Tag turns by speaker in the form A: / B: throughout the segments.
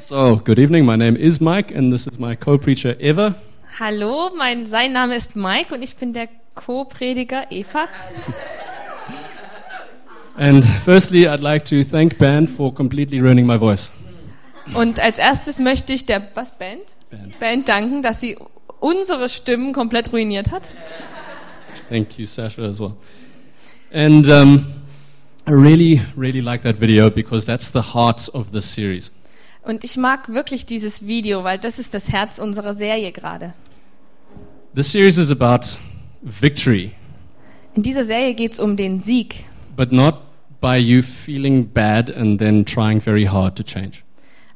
A: So, good evening. My name is Mike, and this is my co preacher Eva.
B: Hallo, mein, sein Name ist Mike und ich bin der Co-Prediger Eva.
A: And firstly, I'd like to thank Ben for completely ruining my voice.
B: Und als erstes möchte ich der was, Band?
A: Band.
B: danken, dass sie unsere Stimmen komplett ruiniert hat.
A: Thank you, Sasha, as well. And um, I really, really like that video because that's the heart of this series.
B: Und ich mag wirklich dieses Video, weil das ist das Herz unserer Serie gerade.
A: This series is about victory,
B: In dieser Serie geht es um den Sieg,
A: but not by you feeling bad and then trying very hard to change.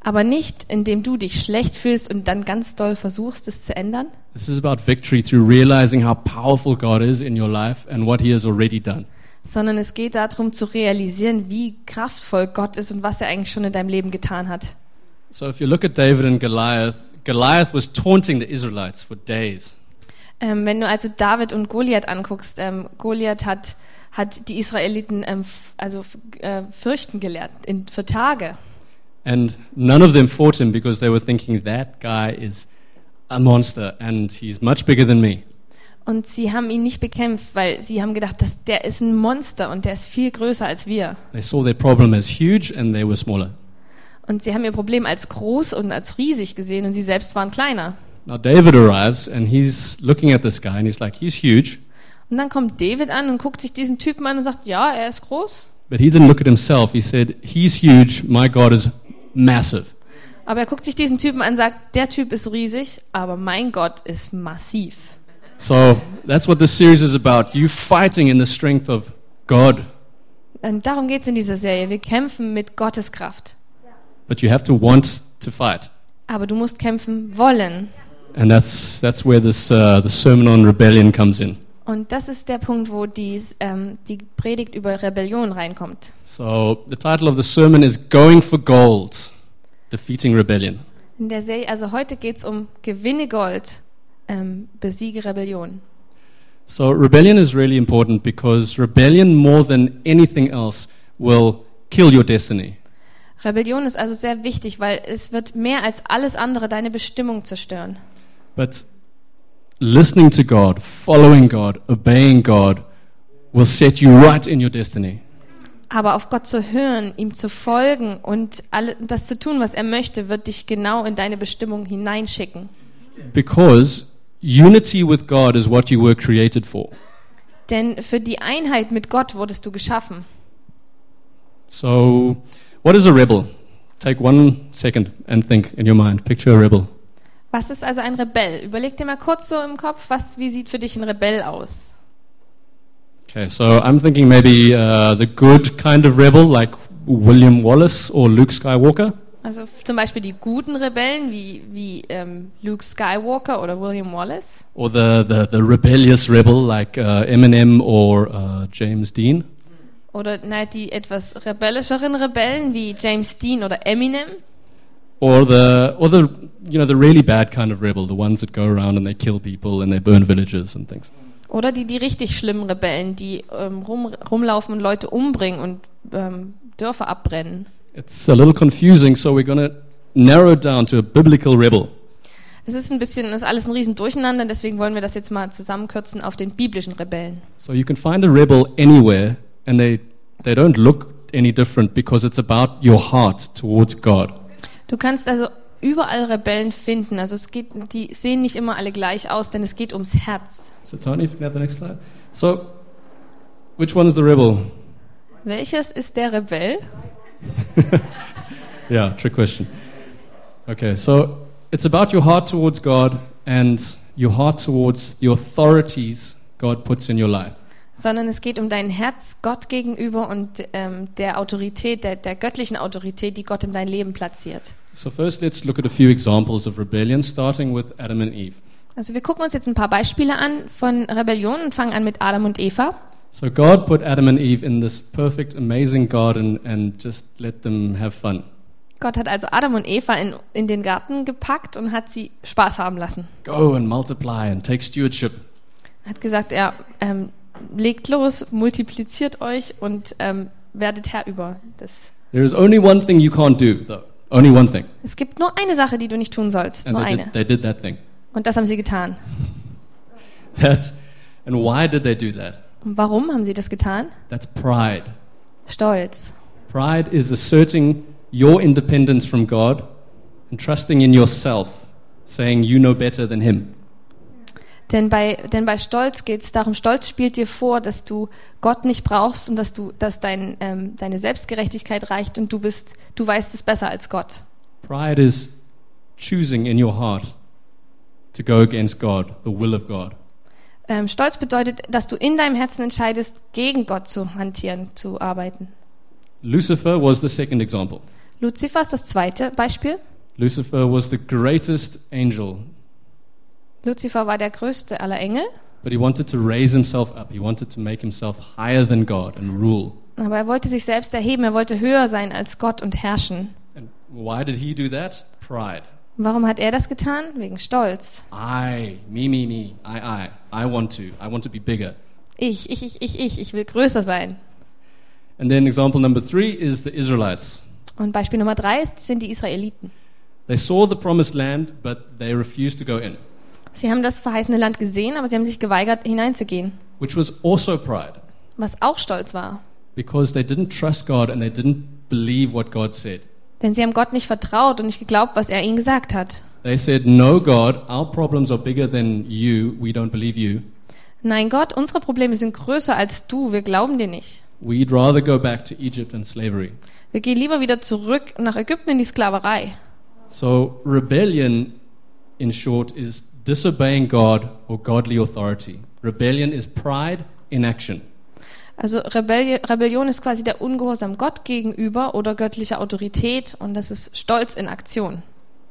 B: aber nicht, indem du dich schlecht fühlst und dann ganz doll versuchst, es zu ändern,
A: This is about victory through realizing how powerful God is in your life and what He has already done.
B: sondern es geht darum zu realisieren, wie kraftvoll Gott ist und was er eigentlich schon in deinem Leben getan hat.
A: So if you look at David and Goliath, Goliath was taunting the Israelites for days.
B: Ähm, wenn du also David und Goliath anguckst, ähm, Goliath hat, hat die Israeliten ähm, f- also f- äh, fürchten gelernt in, für Tage.
A: And none of them fought him because they were thinking, that guy is a monster and he's much bigger than me.
B: Und sie haben ihn nicht bekämpft, weil sie haben gedacht, dass der ist ein Monster und der ist viel größer als wir.
A: They saw their problem as huge and they were smaller.
B: Und sie haben ihr Problem als groß und als riesig gesehen und sie selbst waren kleiner.
A: Now David arrives and he's looking at this guy and he's like, he's huge,
B: Und dann kommt David an und guckt sich diesen Typen an und sagt, ja, er ist groß.
A: but he didn't look at himself. He said, he's huge, my God is massive.
B: Aber er guckt sich diesen Typen an und sagt, der Typ ist riesig, aber mein Gott ist massiv.
A: So that's what this series is about. You fighting in the strength of God,
B: Und darum geht es in dieser Serie. Wir kämpfen mit Gottes Kraft.
A: but you have to want to fight.
B: Aber du musst kämpfen wollen.
A: And that's, that's where this, uh, the Sermon on Rebellion comes in.
B: Und das ist der Punkt, wo dies, ähm, die Predigt über Rebellion reinkommt.
A: So the title of the sermon is Going for Gold, Defeating Rebellion.
B: In der Serie, also heute geht es um Gewinne Gold, ähm, besiege Rebellion.
A: So rebellion is really important because rebellion more than anything else will kill your destiny.
B: Rebellion ist also sehr wichtig, weil es wird mehr als alles andere deine Bestimmung zerstören.
A: But listening to God, following God, obeying God will set you right in your destiny.
B: Aber auf Gott zu hören, ihm zu folgen und alle, das zu tun, was er möchte, wird dich genau in deine Bestimmung hineinschicken.
A: Because unity with God is what you were created for.
B: Denn für die Einheit mit Gott wurdest du geschaffen.
A: So what is a rebel? Take one second and think in your mind. Picture a rebel.
B: Was ist also ein Rebell? Überleg dir mal kurz so im Kopf, was, wie sieht für dich ein Rebell aus?
A: Okay, so I'm thinking maybe uh, the good kind of rebel, like William Wallace or Luke Skywalker.
B: Also f- zum Beispiel die guten Rebellen wie, wie ähm, Luke Skywalker oder William Wallace.
A: Or the, the, the rebellious rebel like uh, Eminem or uh, James Dean.
B: Oder nein, die etwas rebellischeren Rebellen wie James Dean oder Eminem.
A: Or the, or the, you know, the really bad kind of rebel, the ones that go around and they kill people and they burn villages and things.
B: Oder die, die richtig schlimmen Rebellen, die ähm, rum, rumlaufen und Leute umbringen und ähm, Dörfer abbrennen.
A: It's a little confusing, so we're going to narrow it down to a biblical rebel.
B: Es ist ein bisschen, das ist alles ein riesen Durcheinander, deswegen wollen wir das jetzt mal zusammenkürzen auf den biblischen Rebellen.
A: So you can find a rebel anywhere, and they, they don't look any different because it's about your heart towards God.
B: Du kannst also überall Rebellen finden. Also es geht, die sehen nicht immer alle gleich aus, denn es geht ums Herz.
A: So, Tony, if you can have the next slide. So, which one's the rebel?
B: Welches ist der Rebell?
A: Yeah, trick question. Okay, so it's about your heart towards God and your heart towards the authorities God puts in your life.
B: Sondern es geht um dein Herz Gott gegenüber und ähm, der Autorität, der, der göttlichen Autorität, die Gott in dein Leben platziert.
A: So, first, let's look at a few examples of rebellion, starting with Adam and Eve.
B: Also wir gucken uns jetzt ein paar Beispiele an von Rebellion und fangen an mit Adam und Eva.
A: So, God put Adam and Eve in this perfect, amazing garden and just let them have fun.
B: Gott hat also Adam und Eva in, in den Garten gepackt und hat sie Spaß haben lassen.
A: Go and multiply and take stewardship.
B: Hat gesagt, er ähm, legt los, multipliziert euch und ähm, werdet Herr über das.
A: There is only one thing you can't do, though Only one thing.
B: Es gibt nur eine Sache, die du nicht tun sollst.
A: And
B: Nur
A: they
B: eine.
A: did, they did that thing.
B: Und das haben sie getan.
A: That's, and why did they do that?
B: Und warum haben sie das getan?
A: That's pride.
B: Stolz.
A: Pride is asserting your independence from God and trusting in yourself, saying you know better than Him.
B: Denn bei, denn bei Stolz geht es darum, Stolz spielt dir vor, dass du Gott nicht brauchst und dass du, dass dein, ähm, deine Selbstgerechtigkeit reicht und du bist, du weißt es besser als Gott.
A: Pride is choosing in your heart to go against God, the will of God.
B: Ähm, Stolz bedeutet, dass du in deinem Herzen entscheidest, gegen Gott zu hantieren, zu arbeiten.
A: Lucifer was the second example.
B: Luzifer ist das zweite Beispiel.
A: Lucifer was the greatest angel,
B: Luzifer war der größte aller Engel,
A: but he wanted to raise himself up. He wanted to make himself higher than God and rule.
B: aber er wollte sich selbst erheben, er wollte höher sein als Gott und herrschen.
A: And why did he do that? Pride.
B: Warum hat er das getan? Wegen Stolz.
A: I, me, me, me, I, I, I want to. I want to be bigger.
B: Ich, ich, ich, ich, ich, ich will größer sein.
A: And then example number three is the Israelites.
B: Und Beispiel Nummer drei ist, sind die Israeliten.
A: They saw the promised land, but they refused to go in,
B: Sie haben das verheißene Land gesehen, aber sie haben sich geweigert, hineinzugehen,
A: which was also pride
B: was auch stolz war.
A: because they didn't trust God and they didn't believe what God said.
B: Denn sie haben Gott nicht vertraut und nicht geglaubt, was er ihnen gesagt hat.
A: They said, No, God, our problems are bigger than you. We don't believe you.
B: Nein, Gott, unsere Probleme sind größer als du, wir glauben dir nicht.
A: We'd rather go back to Egypt and slavery.
B: Wir gehen lieber wieder zurück nach Ägypten in die Sklaverei.
A: So, rebellion, in short, is disobeying God or godly authority. Rebellion is pride in action.
B: Also Rebelli Rebellion ist quasi der Ungehorsam Gott gegenüber oder göttlicher Autorität und das ist Stolz in Aktion.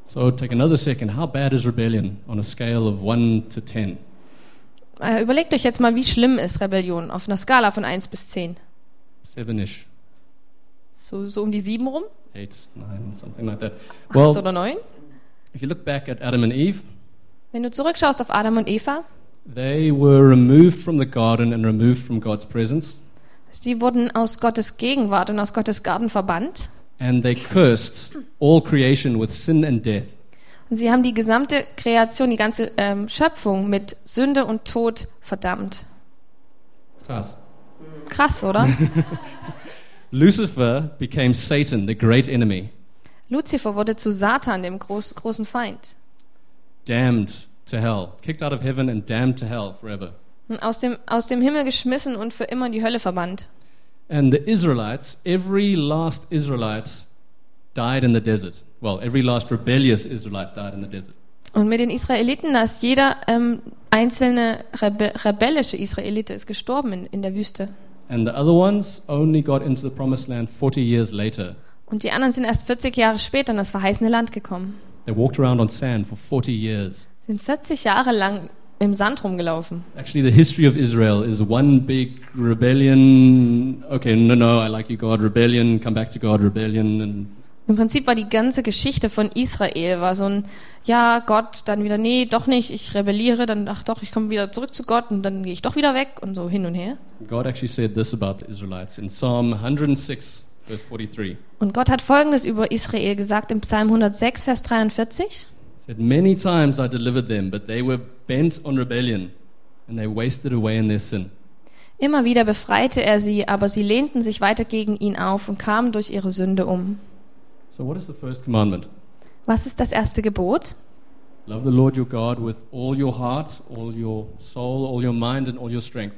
A: So, take another second. How bad is rebellion on a scale of 1 to 10?
B: Äh, überlegt euch jetzt mal, wie schlimm ist Rebellion auf einer Skala von 1 bis 10.
A: Seven ish,
B: So, so um die 7 rum?
A: eight, nine, something like that.
B: 8 oder
A: Well,
B: 9?
A: if you look back at Adam and Eve,
B: Wenn du zurückschaust auf Adam und Eva,
A: they were removed from the garden and removed from God's presence,
B: Sie wurden aus Gottes Gegenwart und aus Gottes Garten verbannt.
A: and they cursed all creation with sin and death.
B: Und sie haben die gesamte Kreation, die ganze ähm, Schöpfung mit Sünde und Tod verdammt.
A: Krass.
B: Krass, oder?
A: Lucifer became Satan, the great enemy,
B: Luzifer wurde zu Satan, dem groß, großen Feind.
A: damned to hell, kicked out of heaven and damned to hell forever.
B: Und Aus dem, aus dem Himmel geschmissen und für immer in die Hölle verbannt.
A: And the Israelites, every last Israelite died in the desert. Well, every last rebellious Israelite died in the desert.
B: Und mit den Israeliten, da ist jeder ähm, einzelne Rebe rebellische Israelite ist gestorben in, in der Wüste.
A: And the other ones only got into the promised land 40 years later.
B: Und die anderen sind erst 40 Jahre später in das verheißene Land gekommen.
A: They walked around on sand for 40 years.
B: Sind 40 Jahre lang im Sand rumgelaufen.
A: Actually, the history of Israel is one big rebellion. Okay, no, no, I like you, God. Rebellion, come back to God, rebellion. And
B: Im Prinzip war die ganze Geschichte von Israel war so ein ja Gott, dann wieder nee, doch nicht, ich rebelliere, dann ach doch, ich komme wieder zurück zu Gott und dann gehe ich doch wieder weg und so hin und her.
A: God actually said this about the Israelites in Psalm 106, verse 43. He
B: Und Gott hat folgendes über Israel gesagt im Psalm 106 Vers 43:
A: said, Many times I delivered them, but they were bent on rebellion, and they wasted away in their sin.
B: Immer wieder befreite er sie, aber sie lehnten sich weiter gegen ihn auf und kamen durch ihre Sünde um.
A: So, what is the first commandment?
B: Was ist das erste Gebot?
A: Love the Lord your God with all your heart, all your soul, all your mind, and all your strength.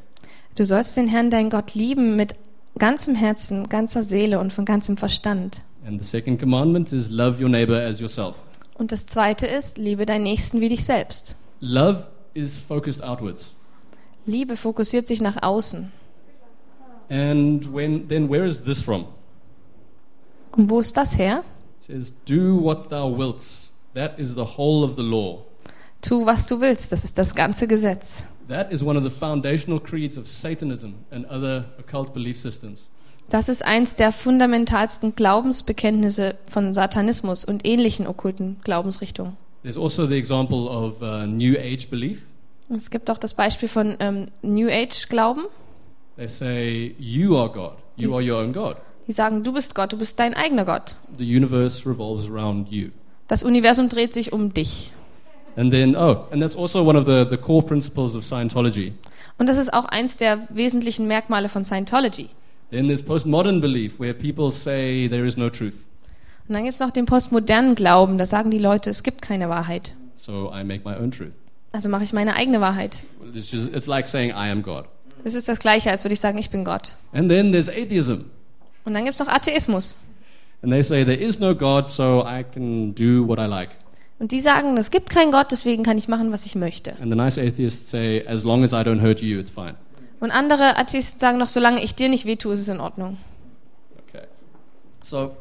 B: Du sollst den Herrn deinen Gott lieben mit ganzem Herzen, ganzer Seele und von ganzem Verstand.
A: And the second commandment is love your neighbor as yourself.
B: Und das zweite ist, liebe deinen Nächsten wie dich selbst.
A: Love is focused outwards.
B: Liebe fokussiert sich nach außen.
A: And when then where is this from?
B: Und wo ist das her?
A: It says, Do what thou wilt. That is the whole of the law.
B: Tu, was du willst, das ist das ganze Gesetz.
A: That is one of the foundational creeds of Satanism and other occult belief systems.
B: Das ist eins der fundamentalsten Glaubensbekenntnisse von Satanismus und ähnlichen okkulten Glaubensrichtungen.
A: There's also the example of uh, New Age belief.
B: Und Es gibt auch das Beispiel von ähm, New Age Glauben.
A: They say, You are God, you
B: Yes.
A: are your own God.
B: Die sagen, du bist Gott, du bist dein eigener Gott.
A: The universe revolves around you.
B: Das Universum dreht sich um dich.
A: And then, oh, and that's also one of the, the core principles of Scientology.
B: Und das ist auch eins der wesentlichen Merkmale von Scientology.
A: Then there's postmodern belief, where people say there is no truth.
B: Und dann gibt es noch den postmodernen Glauben. Da sagen die Leute, es gibt keine Wahrheit.
A: So I make my own truth.
B: Also mache ich meine eigene Wahrheit.
A: It's, just, it's like saying I am God.
B: Das ist das Gleiche, als würde ich sagen, ich bin Gott.
A: And then there's atheism.
B: Und dann gibt es noch Atheismus.
A: And they say there is no God, so I can do what I like.
B: Und die sagen, es gibt keinen Gott, deswegen kann ich machen, was ich möchte.
A: And the nice atheists say, as long as I don't hurt you, it's fine.
B: Und andere Atheisten sagen noch, solange ich dir nicht wehtue, ist es in Ordnung.
A: Okay. So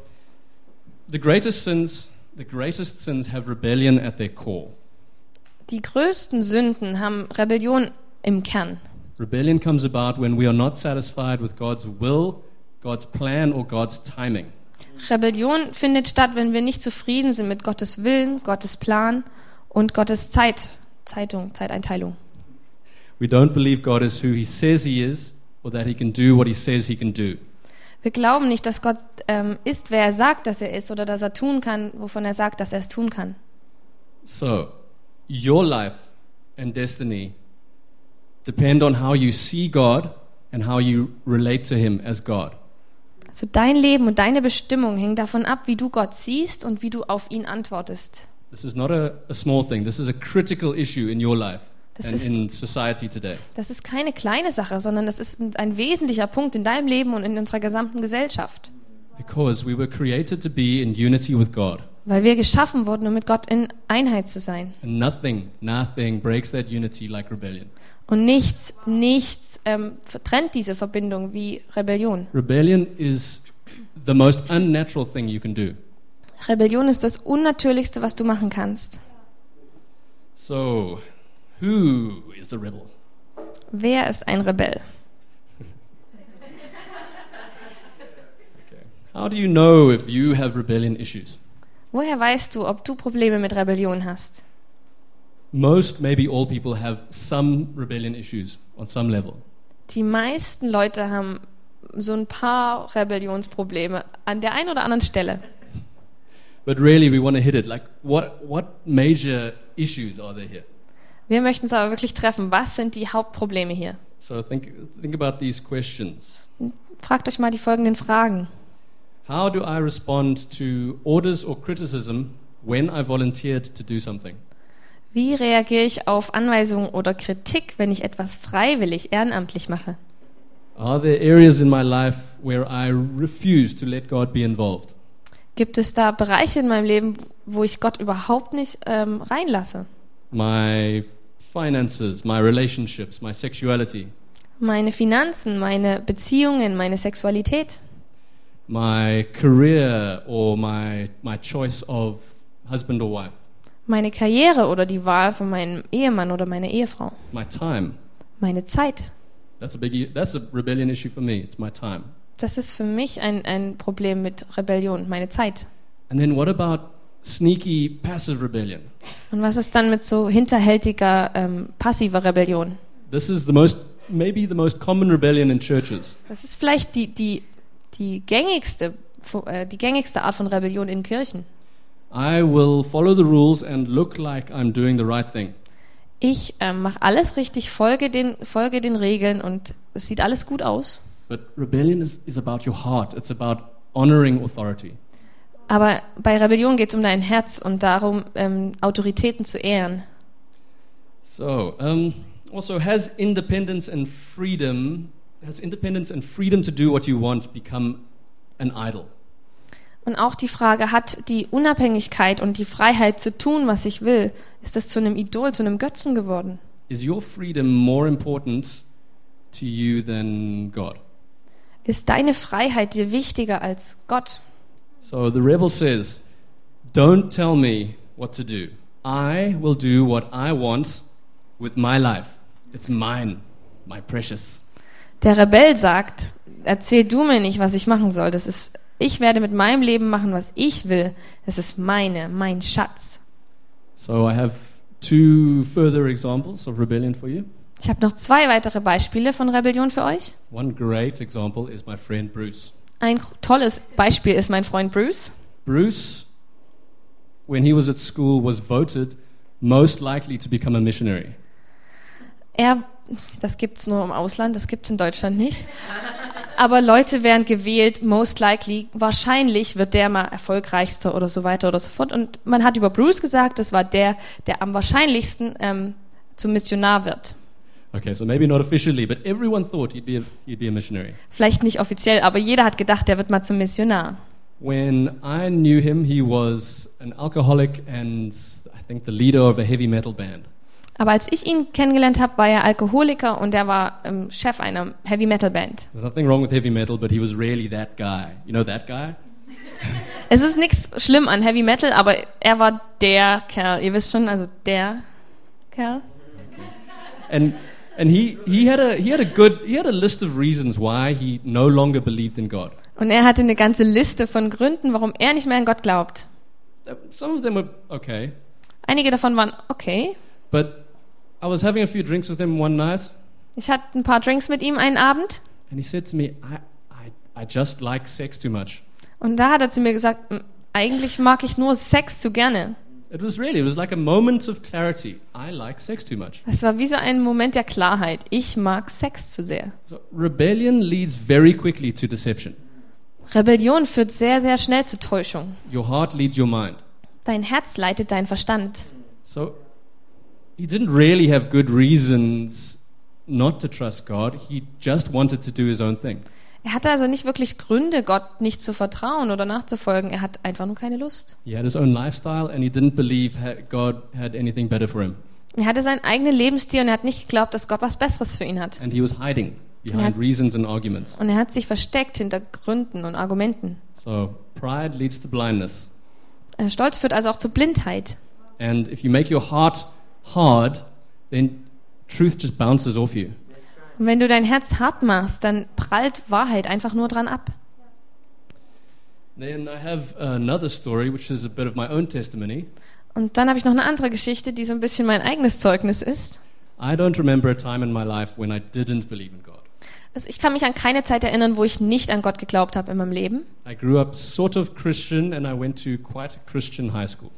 A: the greatest sins, the greatest sins have rebellion at their core.
B: Die größten Sünden haben Rebellion im Kern.
A: Rebellion comes about when we are not satisfied with God's will, God's plan, or God's timing.
B: Rebellion findet statt, wenn wir nicht zufrieden sind mit Gottes Willen, Gottes Plan und Gottes Zeit, Zeitung, Zeiteinteilung.
A: We don't believe God is who He says He is, or that He can do what He says He can do.
B: Wir glauben nicht, dass Gott ähm, ist, wer er sagt, dass er ist oder dass er tun kann, wovon er sagt, dass er es tun kann.
A: So, your life and destiny depend on how you see God and how you relate to Him as God.
B: Also dein Leben und deine Bestimmung hängen davon ab, wie du Gott siehst und wie du auf ihn antwortest.
A: This is not a, a small thing, this is a critical issue in your life
B: This
A: and
B: is-
A: in society today.
B: Das ist keine kleine Sache, sondern das ist ein- ein wesentlicher Punkt in deinem Leben und in unserer gesamten Gesellschaft,
A: Because we were created to be in unity with God.
B: weil wir geschaffen wurden, um mit Gott in Einheit zu sein.
A: And nothing, nothing breaks that unity like rebellion.
B: Und nichts, nichts ähm, trennt diese Verbindung wie Rebellion.
A: Rebellion is the most unnatural thing you can do.
B: Rebellion ist das Unnatürlichste, was du machen kannst.
A: So, who is a rebel?
B: Wer ist ein Rebell?
A: How do you know if you have rebellion issues?
B: Woher weißt du, ob du Probleme mit Rebellion hast?
A: Most, maybe all people have some rebellion issues on some level.
B: Die meisten Leute haben so ein paar Rebellionsprobleme an der einen oder anderen Stelle.
A: But really, we want to hit it. Like, what, what major issues are there here?
B: Wir möchten es aber wirklich treffen. Was sind die Hauptprobleme hier?
A: So think, think about these questions.
B: Fragt euch mal die folgenden Fragen.
A: How do I respond to orders or criticism when I volunteered to do something?
B: Wie reagiere ich auf Anweisungen oder Kritik, wenn ich etwas freiwillig, ehrenamtlich mache?
A: Are there areas in my life where I refuse to let God be involved?
B: Gibt es da Bereiche in meinem Leben, wo ich Gott überhaupt nicht ähm, reinlasse?
A: My finances, my relationships, my sexuality,
B: Meine Finanzen, meine Beziehungen, meine Sexualität,
A: my career, or my, my choice of husband or wife,
B: meine Karriere oder die Wahl von meinem Ehemann oder meiner Ehefrau,
A: my time.
B: meine Zeit.
A: That's a, big, i- that's a rebellion issue for me. It's my time.
B: Das ist für mich ein, ein Problem mit Rebellion, meine Zeit.
A: And then what about sneaky, passive rebellion?
B: Und was ist dann mit so hinterhältiger, ähm, passiver Rebellion?
A: This is the most, maybe the most common rebellion in churches.
B: Das ist vielleicht die, die, die, gängigste, Fo- äh, die gängigste Art von Rebellion in Kirchen.
A: I will follow the rules and look like I'm doing the right thing.
B: Ich ähm, mache alles richtig, folge den, folge den Regeln und es sieht alles gut aus.
A: But rebellion is, is about your heart, it's about honoring authority.
B: Aber bei Rebellion geht es um dein Herz und darum, ähm, Autoritäten zu ehren.
A: So, um, also, has independence and freedom, has independence and freedom to do what you want become an idol?
B: Und auch die Frage, hat die Unabhängigkeit und die Freiheit zu tun, was ich will, ist das zu einem Idol, zu einem Götzen geworden?
A: Is your freedom more important to you than God?
B: Ist deine Freiheit dir wichtiger als Gott?
A: So the rebel says, Don't tell me what to do. I will do what I want with my life. It's mine, my precious.
B: Der Rebell sagt, erzähl du mir nicht, was ich machen soll. Das ist, ich werde mit meinem Leben machen, was ich will. Das ist meine, mein Schatz.
A: So I have two further examples of rebellion for you.
B: Ich habe noch zwei weitere Beispiele von Rebellion für euch.
A: One great example is my friend Bruce.
B: Ein tolles Beispiel ist mein Freund Bruce.
A: Bruce, when he was at school, was voted most likely to become a missionary.
B: Er, das gibt's nur im Ausland, das gibt's in Deutschland nicht. Aber Leute werden gewählt, most likely, wahrscheinlich wird der mal erfolgreichster oder so weiter oder so fort. Und man hat über Bruce gesagt, das war der, der am wahrscheinlichsten ähm, zum Missionar wird.
A: Okay, so maybe not officially, but everyone thought he'd be a, he'd be a missionary.
B: Vielleicht nicht offiziell, aber jeder hat gedacht, der wird mal zum Missionar.
A: When I knew him, he was an alcoholic and I think the leader of a heavy metal band.
B: Aber als ich ihn kennengelernt habe, war er Alkoholiker und er war ähm, Chef einer Heavy Metal Band.
A: There's nothing wrong with heavy metal, but he was really that guy. You know that guy?
B: Es ist nichts schlimm an Heavy Metal, aber er war der Kerl. Ihr wisst schon, also der Kerl.
A: And and he, he had a he had a good he had a list of reasons why he no longer believed in God.
B: Und er hatte eine ganze Liste von Gründen, warum er nicht mehr an Gott glaubt.
A: Uh, Some of them were okay,
B: Einige davon waren okay.
A: but I was having a few drinks with him one night,
B: Ich hatte ein paar Drinks mit ihm einen Abend
A: and he said to me, "I I, I just like sex too much."
B: und da hat er zu mir gesagt, "M, eigentlich mag ich nur Sex zu gerne.
A: It was really it was like a moment of clarity. I like sex too much.
B: Das war wie so ein Moment der Klarheit. Ich mag Sex zu sehr.
A: So rebellion leads very quickly to deception.
B: Rebellion führt sehr, sehr schnell zu Täuschung.
A: Your heart leads your mind.
B: Dein Herz leitet deinen Verstand.
A: So he didn't really have good reasons not to trust God. He just wanted to do his own thing.
B: Er hatte also nicht wirklich Gründe, Gott nicht zu vertrauen oder nachzufolgen. Er hat einfach nur keine Lust.
A: He had his own lifestyle and he didn't believe ha- God had anything better for him.
B: Er hatte seinen eigenen Lebensstil und er hat nicht geglaubt, dass Gott was Besseres für ihn hat.
A: And he was hiding behind
B: Yeah.
A: reasons and arguments.
B: Und er hat sich versteckt hinter Gründen und Argumenten.
A: So pride leads to blindness.
B: Äh, Stolz führt also auch zu Blindheit.
A: And if you make your heart hard, then truth just bounces off you.
B: Und wenn du dein Herz hart machst, dann prallt Wahrheit einfach nur dran ab.
A: Then I have another story, which is a bit of my own testimony.
B: Und dann habe ich noch eine andere Geschichte, die so ein bisschen mein eigenes Zeugnis ist.
A: I don't remember a time in my life when I didn't believe in God.
B: Also ich kann mich an keine Zeit erinnern, wo ich nicht an Gott geglaubt habe in meinem Leben.
A: I grew up sort of Christian and I went to quite a Christian high school.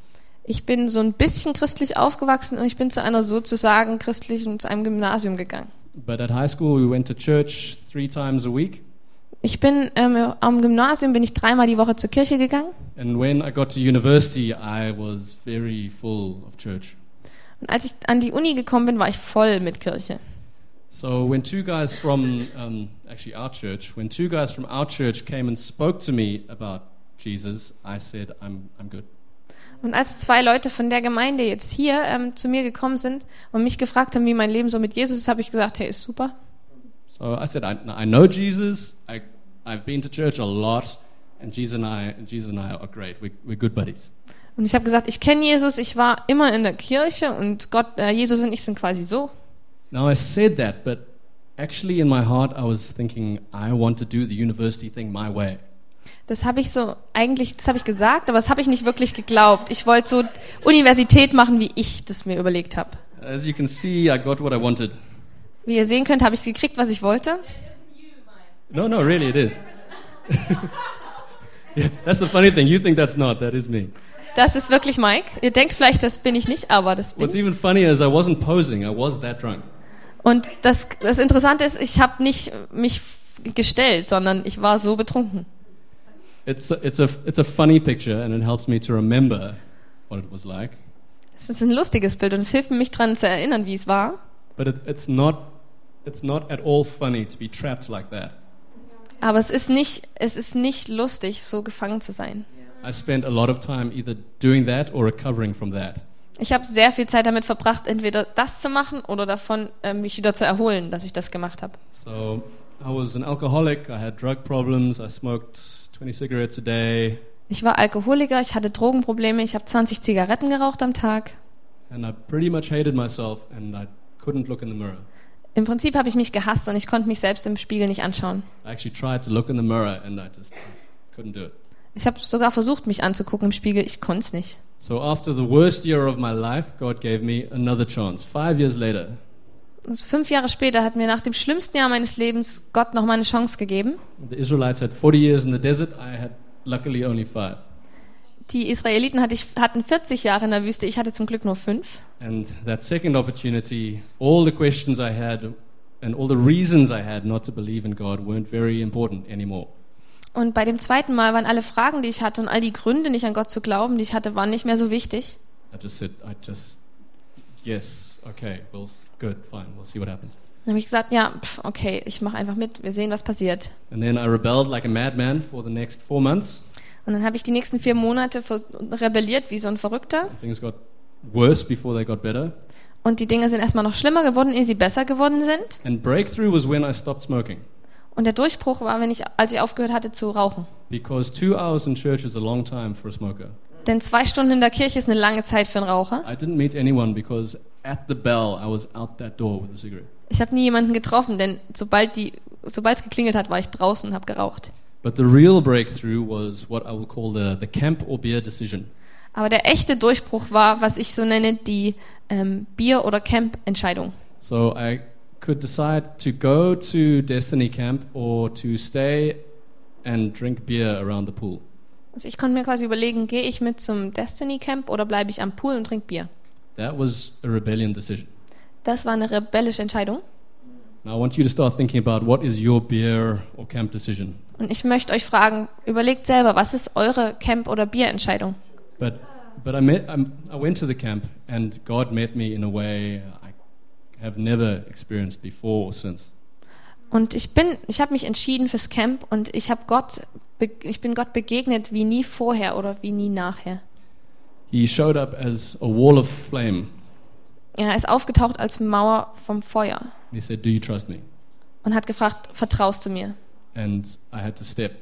B: Ich bin so ein bisschen christlich aufgewachsen und ich bin zu einer sozusagen christlichen, zu einem Gymnasium gegangen.
A: But at high school, we went to church three times a week.
B: Ich bin ähm, am Gymnasium bin ich dreimal die Woche zur Kirche gegangen
A: And when I got to university, I was very full of church.
B: und als ich an die Uni gekommen bin, war ich voll mit Kirche.
A: So when two guys from, um, actually our church, when two guys from our church came and spoke to me about Jesus, I said, I'm, I'm good.
B: Und als zwei Leute von der Gemeinde jetzt hier ähm, zu mir gekommen sind und mich gefragt haben, wie mein Leben so mit Jesus ist, habe ich gesagt, hey, ist super.
A: So I said, I, I know Jesus. I, I've been to church a lot. And Jesus and I, Jesus and I are great. We, we're good buddies.
B: Und ich habe gesagt, ich kenne Jesus, ich war immer in der Kirche und Gott, äh, Jesus und ich sind quasi so.
A: Now I said that, but actually in my heart I was thinking I want to do the university thing my way.
B: Das habe ich so eigentlich, das habe ich gesagt, aber das habe ich nicht wirklich geglaubt. Ich wollte so Universität machen, wie ich das mir überlegt habe.
A: As you can see, I got what I wanted.
B: Wie ihr sehen könnt, habe ich gekriegt, was ich wollte.
A: No, no, really, it is. Yeah, that's the funny thing. You think that's not. That is me.
B: Das ist wirklich Mike. Ihr denkt vielleicht, das bin ich nicht, aber das bin
A: What's
B: ich.
A: even funnier is I wasn't posing. I was that drunk.
B: Und das, das Interessante ist, ich habe nicht mich f- gestellt, sondern ich war so betrunken.
A: It's a, it's a it's a funny picture, and it helps me to remember what it was like.
B: Es ist ein lustiges Bild und es hilft mir, mich daran zu erinnern, wie es war.
A: But it, it's not it's not at all funny to be trapped like that.
B: Aber es ist nicht, es ist nicht lustig, so gefangen zu sein.
A: I spent a lot of time either doing that or recovering from that.
B: Ich habe sehr viel Zeit damit verbracht, entweder das zu machen oder davon äh, mich wieder zu erholen, dass ich das gemacht habe.
A: So I was an alcoholic. I had drug problems. I smoked 20 cigarettes a day,
B: Ich war Alkoholiker, ich hatte Drogenprobleme, ich habe 20 Zigaretten geraucht am Tag.
A: and I pretty much hated myself, and I couldn't look in the mirror.
B: Im Prinzip habe ich mich gehasst und ich konnte mich selbst im Spiegel nicht anschauen.
A: I actually tried to look in the mirror, and I just couldn't do it.
B: Ich habe sogar versucht, mich anzugucken im Spiegel, ich konnte es nicht.
A: So after the worst year of my life, God gave me another chance. Five years later,
B: also fünf Jahre später hat mir nach dem schlimmsten Jahr meines Lebens Gott nochmal eine Chance gegeben.
A: The Israelites had 40 years in the desert. I had luckily only five.
B: Die Israeliten hatte ich, hatten 40 Jahre in der Wüste, ich hatte zum Glück nur fünf.
A: And that second opportunity, all the questions I had and all the reasons I had not to believe in God weren't very important anymore.
B: Und bei dem zweiten Mal waren alle Fragen, die ich hatte und all die Gründe, nicht an Gott zu glauben, die ich hatte, waren nicht mehr so wichtig.
A: I just said, I just, yes, okay, well, good, fine, we'll see what happens.
B: Dann habe ich gesagt, ja, pf, okay, ich mache einfach mit, wir sehen, was passiert.
A: And then I rebelled like a madman for the next four months.
B: Und dann habe ich die nächsten vier Monate vers- rebelliert wie so ein Verrückter.
A: Things got worse before they got better.
B: Und die Dinge sind erstmal noch schlimmer geworden, ehe sie besser geworden sind.
A: And breakthrough was when I stopped smoking.
B: Und der Durchbruch war, wenn ich, als ich aufgehört hatte zu rauchen.
A: Because two hours in church is a long time for a smoker.
B: Denn zwei Stunden in der Kirche ist eine lange Zeit für einen Raucher.
A: I didn't meet anyone because at the bell I was out that door with a cigarette.
B: Ich habe nie jemanden getroffen, denn sobald die, sobald es geklingelt hat, war ich draußen und habe geraucht.
A: But the real breakthrough was what I will call the, the camp or beer decision.
B: Aber der echte Durchbruch war, was ich so nenne, die ähm, Bier- oder Camp-Entscheidung.
A: So I could decide to go to Destiny Camp or to stay and drink beer around the pool.
B: Also ich konnte mir quasi überlegen, gehe ich mit zum Destiny Camp oder bleibe ich am Pool und trinke Bier?
A: That was a rebellion decision.
B: Das war eine rebellische Entscheidung.
A: Now I want you to start thinking about what is your beer or camp decision.
B: Und ich möchte euch fragen, überlegt selber, was ist eure Camp- oder Bierentscheidung?
A: But but I met i I went to the camp and God met me in a way I have never experienced before or since.
B: Und ich bin, ich habe mich entschieden fürs Camp und ich habe Gott, be- ich bin Gott begegnet wie nie vorher oder wie nie nachher.
A: He showed up as a wall of flame.
B: Er ist aufgetaucht als Mauer vom Feuer
A: He said, "Do you trust me?"
B: und hat gefragt, vertraust du mir?
A: And I had to step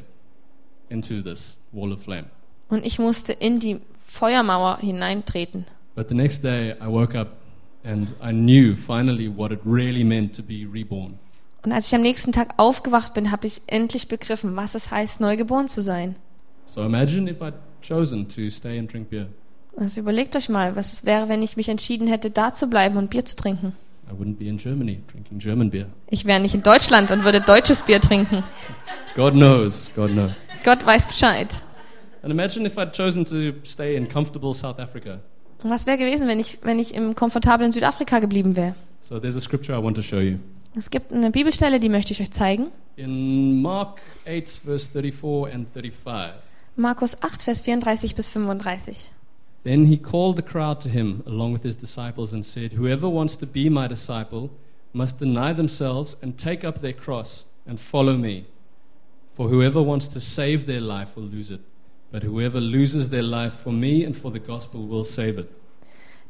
A: into this wall of flame.
B: Und ich musste in die Feuermauer hineintreten.
A: But the next day I woke up and I knew finally what it really meant to be reborn.
B: Und als ich am nächsten Tag aufgewacht bin, habe ich endlich begriffen, was es heißt, neugeboren zu sein.
A: So imagine if I'd chosen to stay and drink beer.
B: Also überlegt euch mal, was es wäre, wenn ich mich entschieden hätte, da zu bleiben und Bier zu trinken.
A: I wouldn't be in Germany drinking German beer.
B: Ich wäre nicht in Deutschland und würde deutsches Bier trinken.
A: God knows, God knows.
B: Gott weiß Bescheid.
A: And imagine if I'd chosen to stay in comfortable South Africa.
B: Und was wäre gewesen, wenn ich, wenn ich im komfortablen Südafrika geblieben wäre?
A: So there's a scripture I want to show you.
B: Es gibt eine Bibelstelle, die möchte ich euch zeigen.
A: In Mark 8, verse 34 and 35.
B: Markus 8, Vers 34 bis 35.
A: Then he called the crowd to him along with his disciples and said, Whoever wants to be my disciple must deny themselves and take up their cross and follow me. For whoever wants to save their life will lose it, but whoever loses their life for me and for the gospel will save it.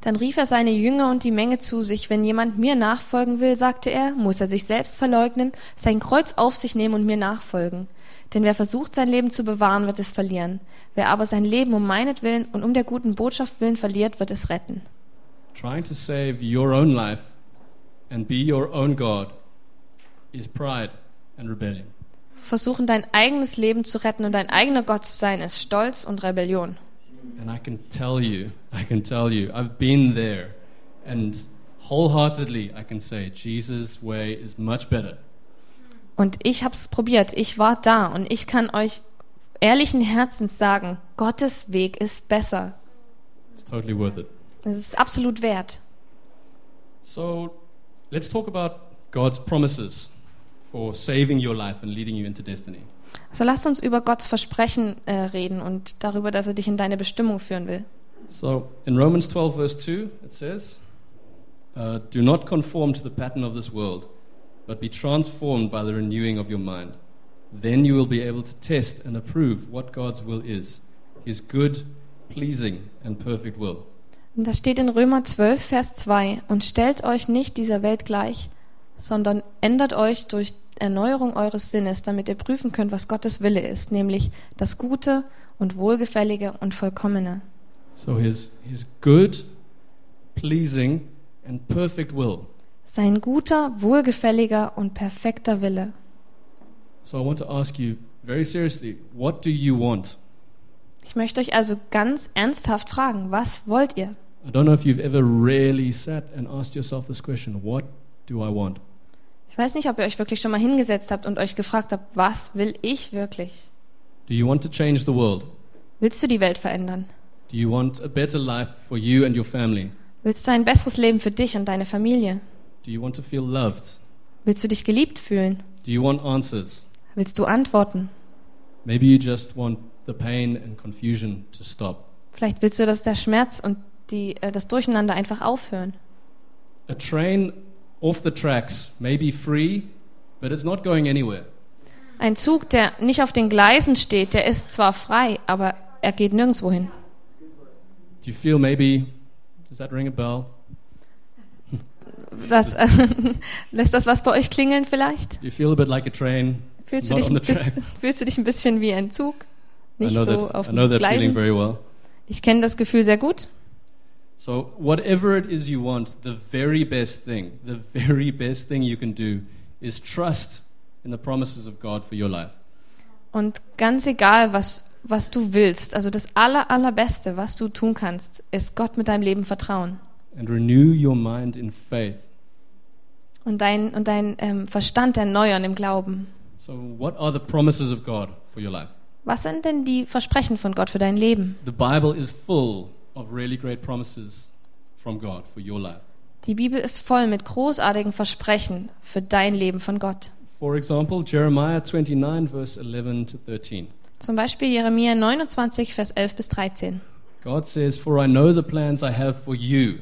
B: Dann rief er seine Jünger und die Menge zu sich. Wenn jemand mir nachfolgen will, sagte er, muss er sich selbst verleugnen, sein Kreuz auf sich nehmen und mir nachfolgen. Denn wer versucht, sein Leben zu bewahren, wird es verlieren. Wer aber sein Leben um meinetwillen und um der guten Botschaft willen verliert, wird es retten.
A: Trying to save your own life and be your own God is pride and rebellion.
B: Versuchen, dein eigenes Leben zu retten und dein eigener Gott zu sein, ist Stolz und Rebellion.
A: And I can tell you, I can tell you, I've been there. And wholeheartedly, I can say, Jesus' way is much better.
B: Und ich hab's probiert, ich war da und ich kann euch ehrlichen Herzens sagen, Gottes Weg ist besser.
A: It's totally worth it.
B: Es ist absolut wert.
A: So let's talk about God's promises for saving your life and leading you into destiny.
B: So lasst uns über Gottes Versprechen äh, reden und darüber, dass er dich in deine Bestimmung führen will.
A: So in Romans 12, verse 2, it says, uh, Do not conform to the pattern of this world, but be transformed by the renewing of your mind. Then you will be able to test and approve what God's will is his good, pleasing, and perfect will.
B: Und das steht in Römer 12, Vers 2. Und stellt euch nicht dieser Welt gleich, sondern ändert euch durch Erneuerung eures Sinnes, damit ihr prüfen könnt, was Gottes Wille ist, nämlich das Gute und Wohlgefällige und Vollkommene.
A: So his, his good, pleasing, and perfect will.
B: Sein guter, wohlgefälliger und perfekter Wille.
A: So I want to ask you very seriously what do you want?
B: Ich möchte euch also ganz ernsthaft fragen, was wollt ihr?
A: I don't know if you've ever really sat and asked yourself this question what do I want?
B: Ich weiß nicht, ob ihr euch wirklich schon mal hingesetzt habt und euch gefragt habt, was will ich wirklich?
A: Do you want to change the world?
B: Willst du die Welt verändern?
A: Do you want a better life for you and your family?
B: Willst du ein besseres Leben für dich und deine Familie?
A: Do you want to feel loved?
B: Willst du dich geliebt fühlen?
A: Do you want answers?
B: Willst du antworten?
A: Maybe you just want the pain and confusion to stop.
B: Vielleicht willst du, dass der Schmerz und die, äh, das Durcheinander einfach aufhören.
A: A train off the tracks may be free, but it's not going anywhere.
B: Ein Zug, der nicht auf den Gleisen steht, der ist zwar frei, aber er geht nirgendwo hin.
A: Do you feel maybe, does that ring a bell?
B: Das, lässt das was bei euch klingeln vielleicht?
A: Do you feel a bit like a train?
B: Fühlst du,
A: Not
B: dich
A: on
B: ein
A: the track.
B: bisschen, fühlst du dich ein bisschen wie ein Zug? Nicht
A: I know
B: so
A: that,
B: auf
A: I know
B: den
A: that feeling
B: Gleisen.
A: very well.
B: Ich kenne das Gefühl sehr gut.
A: So, whatever it is you want, the very best thing, the very best thing you can do is trust in the promises of God for your life.
B: Und ganz egal, was, was du willst, also das aller, allerbeste, was du tun kannst, ist Gott mit deinem Leben vertrauen.
A: And renew your mind in faith.
B: Und dein, und dein ähm, Verstand erneuern im Glauben.
A: So, what are the promises of God for your life?
B: Was sind denn die Versprechen von Gott für dein Leben?
A: The Bible is full of really great promises from God for your life.
B: Die Bibel ist voll mit großartigen Versprechen für dein Leben von Gott.
A: For example, Jeremiah 29, verse 11 to 13.
B: Zum Beispiel Jeremia 29, Vers 11 bis 13.
A: God says, For I know the plans I have for you,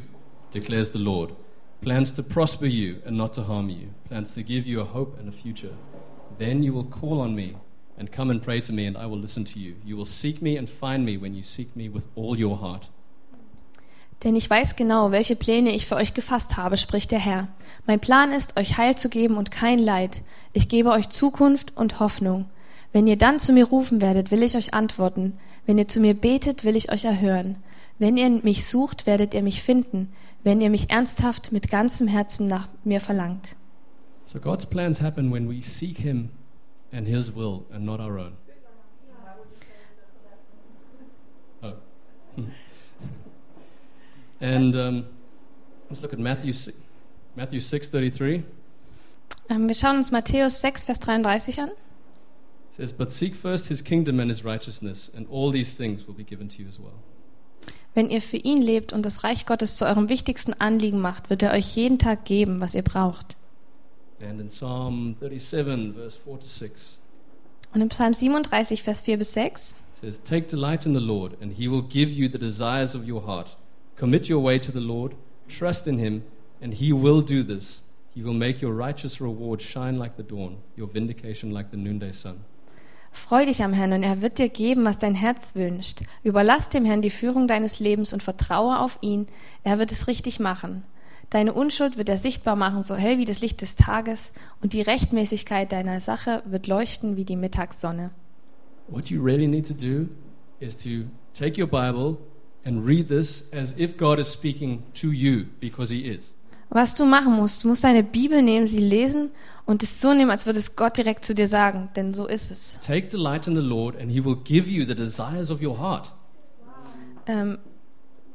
A: declares the Lord. Plans to prosper you and not to harm you, plans to give you a hope and a future. Then you will call on me and come and pray to me, and I will listen to you. You will seek me and find me when you seek me with all your heart.
B: Denn ich weiß genau, welche Pläne ich für euch gefasst habe, spricht der Herr. Mein Plan ist, euch Heil zu geben und kein Leid. Ich gebe euch Zukunft und Hoffnung. Wenn ihr dann zu mir rufen werdet, will ich euch antworten. Wenn ihr zu mir betet, will ich euch erhören. Wenn ihr mich sucht, werdet ihr mich finden, wenn ihr mich ernsthaft mit ganzem Herzen nach mir verlangt.
A: So God's plans happen when we seek Him and His will and not our own. Oh. and um, let's look at Matthew, si- Matthew 6.33.
B: Ähm, Wir schauen uns Matthäus 6, Vers 33 an.
A: It says, But seek first his kingdom and his righteousness, and all these things will be given to you as well.
B: Wenn ihr für ihn lebt und das Reich Gottes zu eurem wichtigsten Anliegen macht, wird er euch jeden Tag geben, was ihr braucht.
A: And in Psalm 37, verse 4 to 6,
B: Und im Psalm 37, Vers 4 bis 6,
A: it says, Take delight in the Lord, and he will give you the desires of your heart. Commit your way to the Lord, trust in him, and he will do this. He will make your righteous reward shine like the dawn, your vindication like the noonday sun.
B: Freu dich am Herrn und er wird dir geben, was dein Herz wünscht. Überlass dem Herrn die Führung deines Lebens und vertraue auf ihn, er wird es richtig machen. Deine Unschuld wird er sichtbar machen, so hell wie das Licht des Tages, und die Rechtmäßigkeit deiner Sache wird leuchten wie die Mittagssonne.
A: What you really need to do is to take your Bible and read this as if God is speaking to you, because he is.
B: Was du machen musst, du musst deine Bibel nehmen, sie lesen und es so nehmen, als würde es Gott direkt zu dir sagen, denn so ist es.
A: Take delight in the Lord, and he will give you the desires of your heart.
B: ähm,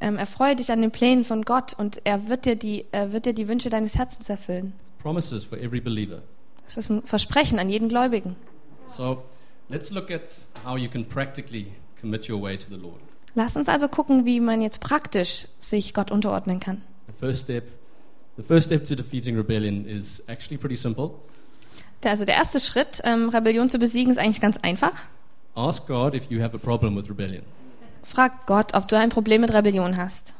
B: ähm, erfreue dich an den Plänen von Gott und er wird dir die, er wird dir die Wünsche deines Herzens erfüllen.
A: Promises for every believer.
B: Das ist ein Versprechen an jeden Gläubigen.
A: So let's look at how you can practically commit your way to the Lord.
B: Lass uns also gucken, wie man jetzt praktisch sich Gott unterordnen kann.
A: The first step, the first step to defeating rebellion is actually pretty simple.
B: Der, also der erste Schritt, ähm, Rebellion zu besiegen, ist eigentlich ganz einfach.
A: Ask God if you have a problem with rebellion.
B: Frag Gott, ob du ein Problem mit Rebellion hast.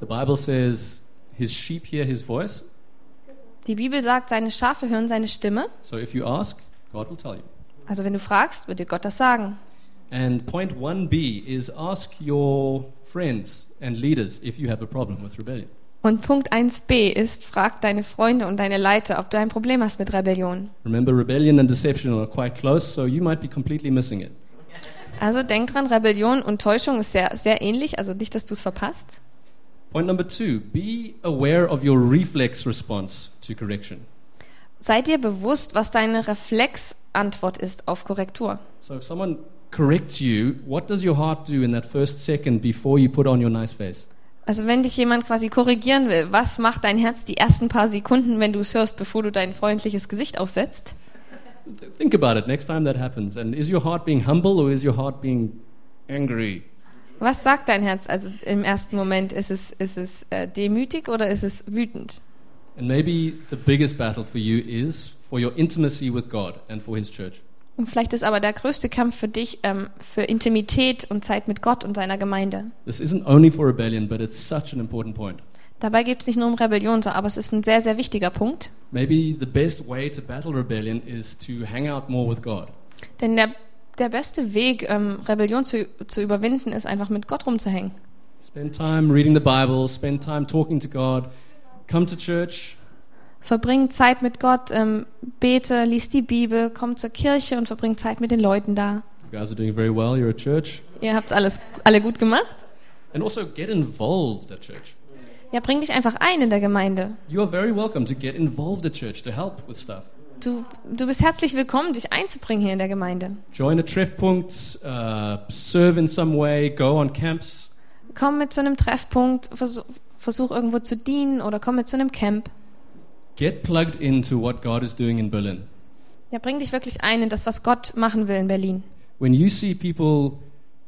A: The Bible says his sheep hear his voice.
B: Die Bibel sagt, seine Schafe hören seine Stimme.
A: So if you ask, God will tell you.
B: Also wenn du fragst, wird dir Gott das sagen.
A: And point 1b is ask your friends and leaders if you have a problem with rebellion.
B: Und Punkt 1b ist, frag deine Freunde und deine Leiter, ob du ein Problem hast mit Rebellion.
A: Remember, rebellion and deception are quite close, so you might be completely missing it.
B: Also denk dran, Rebellion und Täuschung ist sehr, sehr ähnlich, also nicht, dass du es verpasst.
A: Point number two be aware of your reflex response to correction.
B: Sei dir bewusst, was deine Reflexantwort ist auf Korrektur.
A: So, if someone corrects you, what does your heart do in that first second before you put on your nice face?
B: Also wenn dich jemand quasi korrigieren will, was macht dein Herz die ersten paar Sekunden, wenn du es hörst, bevor du dein freundliches Gesicht aufsetzt?
A: Think about it next time that happens. And is your heart being humble or is your heart being angry?
B: Was sagt dein Herz? Also im ersten Moment ist es, ist es äh, demütig oder ist es wütend?
A: And maybe the biggest battle for you is for your intimacy with God and for His church.
B: Und vielleicht ist aber der größte Kampf für dich ähm, für Intimität und Zeit mit Gott und seiner Gemeinde.
A: This isn't only for rebellion, but it's such an important point.
B: Dabei geht es nicht nur um Rebellion, so- aber es ist ein sehr, sehr wichtiger Punkt.
A: Maybe the best way to battle rebellion is to hang out more with God.
B: Denn der, der beste Weg, ähm, Rebellion zu, zu überwinden, ist einfach mit Gott rumzuhängen.
A: Spend time reading the Bible, spend time talking to God, come to church,
B: Verbring Zeit mit Gott, ähm, bete, lies die Bibel, komm zur Kirche und verbring Zeit mit den Leuten da.
A: You guys are doing very well. You're at church.
B: Ihr habt's alles alle gut gemacht.
A: And also get involved at church.
B: Ja, bring dich einfach ein in der Gemeinde.
A: You are very welcome to get involved at church to help with stuff.
B: Du, du bist herzlich willkommen, dich einzubringen hier in der Gemeinde.
A: Join a Treffpunkt, uh, serve in some way, go on camps.
B: Komm mit zu einem Treffpunkt, versuch, versuch irgendwo zu dienen oder komm mit zu einem Camp.
A: Get plugged into what God is doing in Berlin.
B: Ja, bring dich wirklich ein in das, was Gott machen will in Berlin.
A: When you see people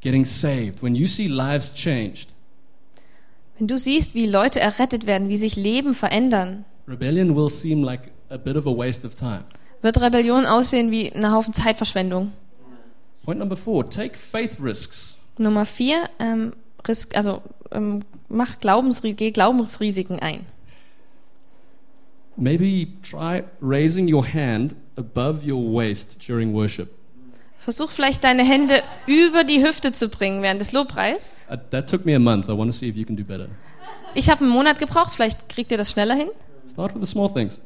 A: getting saved, when you see lives changed,
B: Wenn du siehst, wie Leute errettet werden, wie sich Leben verändern,
A: rebellion will seem like a bit of a waste of time.
B: wird Rebellion aussehen wie ein Haufen Zeitverschwendung.
A: Point number four take faith risks.
B: Nummer vier, ähm, Risk, also ähm, mach Glaubensri geh Glaubensrisiken ein.
A: Maybe try raising your hand above your waist during worship.
B: Versuch vielleicht deine Hände über die Hüfte zu bringen während des Lobpreis.
A: Uh, that took me a month. I want to see if you can do better.
B: Ich habe einen Monat gebraucht, vielleicht kriegt ihr das schneller hin.
A: Start with the small things.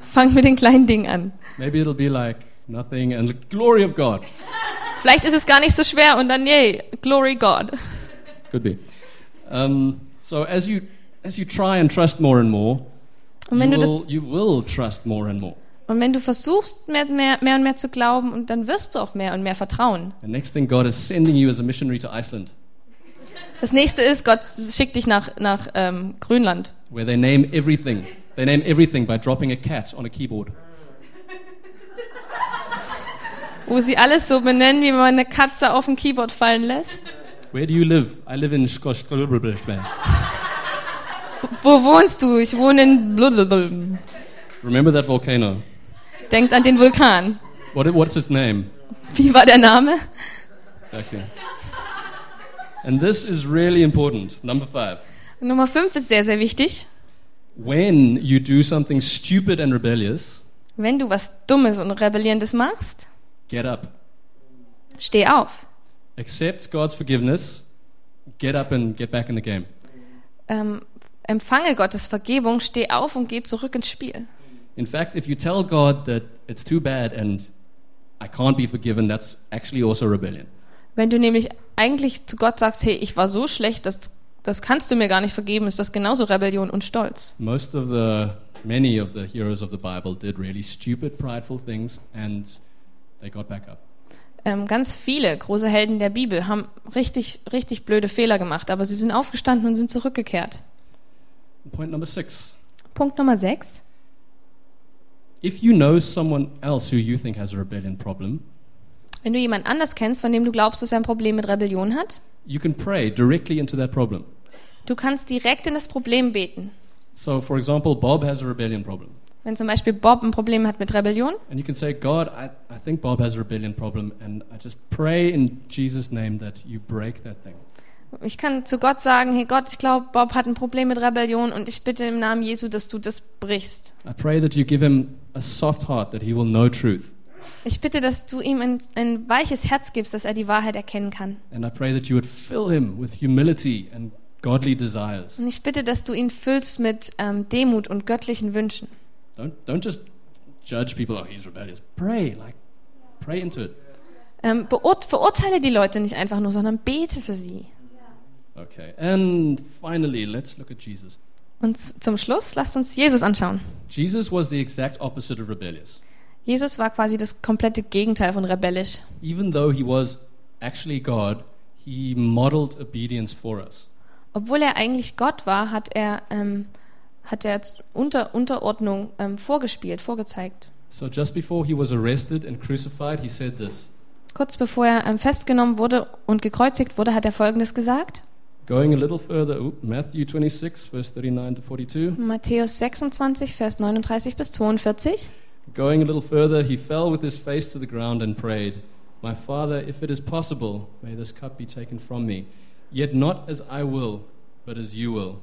B: Fang mit den kleinen Dingen an.
A: Maybe it'll be like nothing and the glory of God.
B: Vielleicht ist es gar nicht so schwer und dann, yay, glory God.
A: Could be. Um, so as you as you try and trust more and more,
B: Und wenn,
A: you,
B: du das,
A: will, you will trust more and more.
B: und wenn du versuchst, mehr, mehr, mehr und mehr zu glauben, und dann wirst du auch mehr und mehr vertrauen.
A: The next thing God is sending you as a missionary to Iceland,
B: Das nächste ist, Gott schickt dich nach, nach ähm, Grönland.
A: where they name everything. They name everything by dropping a cat on a keyboard.
B: wo sie alles so benennen, wie man eine Katze auf ein Keyboard fallen lässt.
A: Where do you live? I live in Shkosh.
B: Wo wohnst du? Ich wohne in blablabla.
A: Remember that volcano?
B: Denkt an den Vulkan.
A: What, what's its name?
B: Wie war der Name?
A: Exactly. And this is really important. Number five.
B: Nummer 5 ist sehr, sehr wichtig.
A: When you do something stupid and rebellious,
B: Wenn du was Dummes und Rebellierendes machst,
A: get up.
B: steh auf.
A: Accept God's forgiveness, get up and get back in the game.
B: Ähm, empfange Gottes Vergebung, steh auf und geh zurück ins Spiel.
A: In fact, if you tell God that it's too bad and I can't be forgiven, that's actually also rebellion.
B: Wenn du nämlich eigentlich zu Gott sagst, hey, ich war so schlecht, das, das kannst du mir gar nicht vergeben, ist das genauso Rebellion und Stolz.
A: Most of the, many of the heroes of the Bible did really stupid, prideful things and they got back up.
B: Ähm, ganz viele große Helden der Bibel haben richtig, richtig blöde Fehler gemacht, aber sie sind aufgestanden und sind zurückgekehrt.
A: Point number six.
B: Punkt Nummer 6.
A: If you know someone else who you think has a rebellion problem,
B: Wenn du jemand anders kennst, von dem du glaubst, dass er ein Problem mit Rebellion hat,
A: you can pray directly into that problem.
B: du kannst direkt in das Problem beten.
A: So, for example, Bob has a rebellion problem.
B: Wenn zum Beispiel Bob ein Problem hat mit Rebellion,
A: And you can say, God, I, I think Bob has a rebellion problem, and I just pray in Jesus' name that you break that thing.
B: ich kann zu Gott sagen, hey Gott, ich glaube, Bob hat ein Problem mit Rebellion und ich bitte im Namen Jesu, dass du das brichst.
A: I pray that you give him a soft heart, that he will know truth.
B: Ich bitte, dass du ihm ein, ein weiches Herz gibst, dass er die Wahrheit erkennen kann.
A: And I pray that you would fill him with humility and godly desires.
B: Und ich bitte, dass du ihn füllst mit ähm, Demut und göttlichen Wünschen.
A: Don't, don't just judge people, oh, he's rebellious. Pray, like, pray into it.
B: Ähm, beurt, verurteile die Leute nicht einfach nur, sondern bete für sie.
A: Okay, and finally, let's look at Jesus.
B: Und z- zum Schluss lasst uns Jesus anschauen.
A: Jesus was the exact opposite of rebellious.
B: Jesus war quasi das komplette Gegenteil von rebellisch.
A: Even though he was actually God, he modeled obedience for us.
B: obwohl er eigentlich Gott war, hat er, ähm, hat er Unter Unterordnung ähm, vorgespielt, vorgezeigt.
A: So just before he was arrested and crucified, he said this
B: Kurz bevor er ähm, festgenommen wurde und gekreuzigt wurde, hat er Folgendes gesagt.
A: Going a little further, oop, Matthew 26, verse 39 to 42.
B: Matthäus 26, Vers 39 bis 42.
A: Going a little further, he fell with his face to the ground and prayed, My Father, if it is possible, may this cup be taken from me. Yet not as I will, but as you will.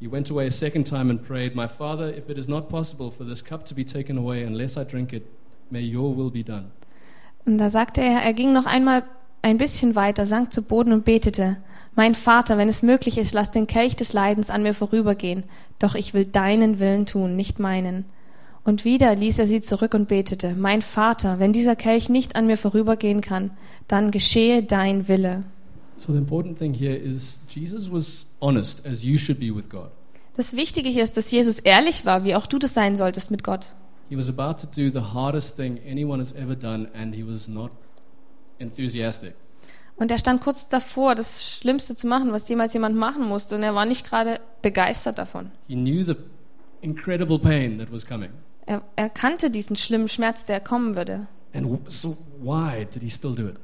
A: He went away a second time and prayed, My Father, if it is not possible for this cup to be taken away unless I drink it, may your will be done.
B: Und da sagte er, er ging noch einmal ein bisschen weiter, sank zu Boden und betete. Mein Vater, wenn es möglich ist, lass den Kelch des Leidens an mir vorübergehen, doch ich will deinen Willen tun, nicht meinen. Und wieder ließ er sie zurück und betete, Mein Vater, wenn dieser Kelch nicht an mir vorübergehen kann, dann geschehe dein Wille.
A: So the important thing here is Jesus was honest, as you should be with God.
B: Das Wichtige hier ist, dass Jesus ehrlich war, wie auch du das sein solltest mit Gott.
A: He was about to do the hardest thing anyone has ever done, and he was not enthusiastic.
B: Und er stand kurz davor, das Schlimmste zu machen, was jemals jemand machen musste, und er war nicht gerade begeistert davon.
A: He knew the incredible pain that was coming.
B: Er, er kannte diesen schlimmen Schmerz, der kommen würde.
A: And w- so, why did he still do it?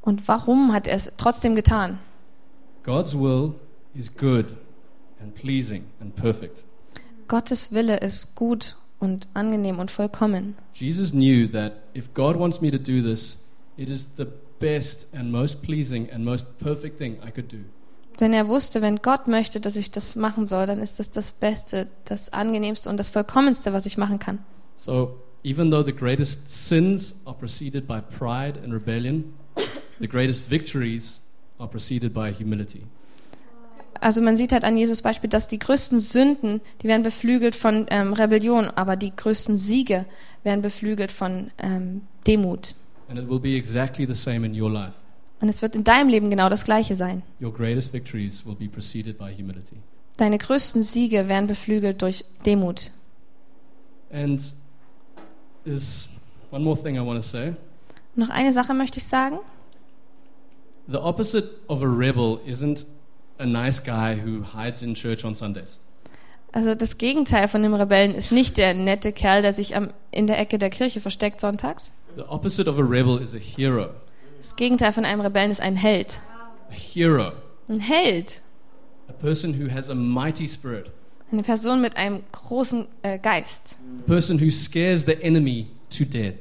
B: Und warum hat er es trotzdem getan?
A: God's will is good and pleasing and perfect.
B: Gottes Wille ist gut und angenehm und vollkommen.
A: Jesus knew that if God wants me to do this, it is the best and most pleasing and most perfect thing I could do.
B: Denn er wusste, wenn Gott möchte, dass ich das machen soll, dann ist das das Beste, das Angenehmste und das Vollkommenste, was ich machen kann.
A: So, even though the greatest sins are preceded by pride and rebellion, the greatest victories are preceded by humility.
B: Also man sieht halt an Jesus Beispiel, dass die größten Sünden, die werden beflügelt von ähm, Rebellion, aber die größten Siege werden beflügelt von ähm, Demut.
A: And it will be exactly the same in your life.
B: Und es wird in deinem Leben genau das Gleiche sein.
A: Your greatest victories will be preceded by humility.
B: Deine größten Siege werden beflügelt durch Demut.
A: And there's one more thing I want to say.
B: Noch eine Sache möchte ich sagen.
A: The opposite of a rebel isn't a nice guy who hides in church on Sundays.
B: Also das Gegenteil von dem Rebellen ist nicht der nette Kerl, der sich am, in der Ecke der Kirche versteckt sonntags.
A: The opposite of a rebel is a hero.
B: Das Gegenteil von einem Rebellen ist ein Held.
A: A hero.
B: Ein Held.
A: A person who has a mighty spirit.
B: Eine Person mit einem großen äh, Geist.
A: A person who scares the enemy to death.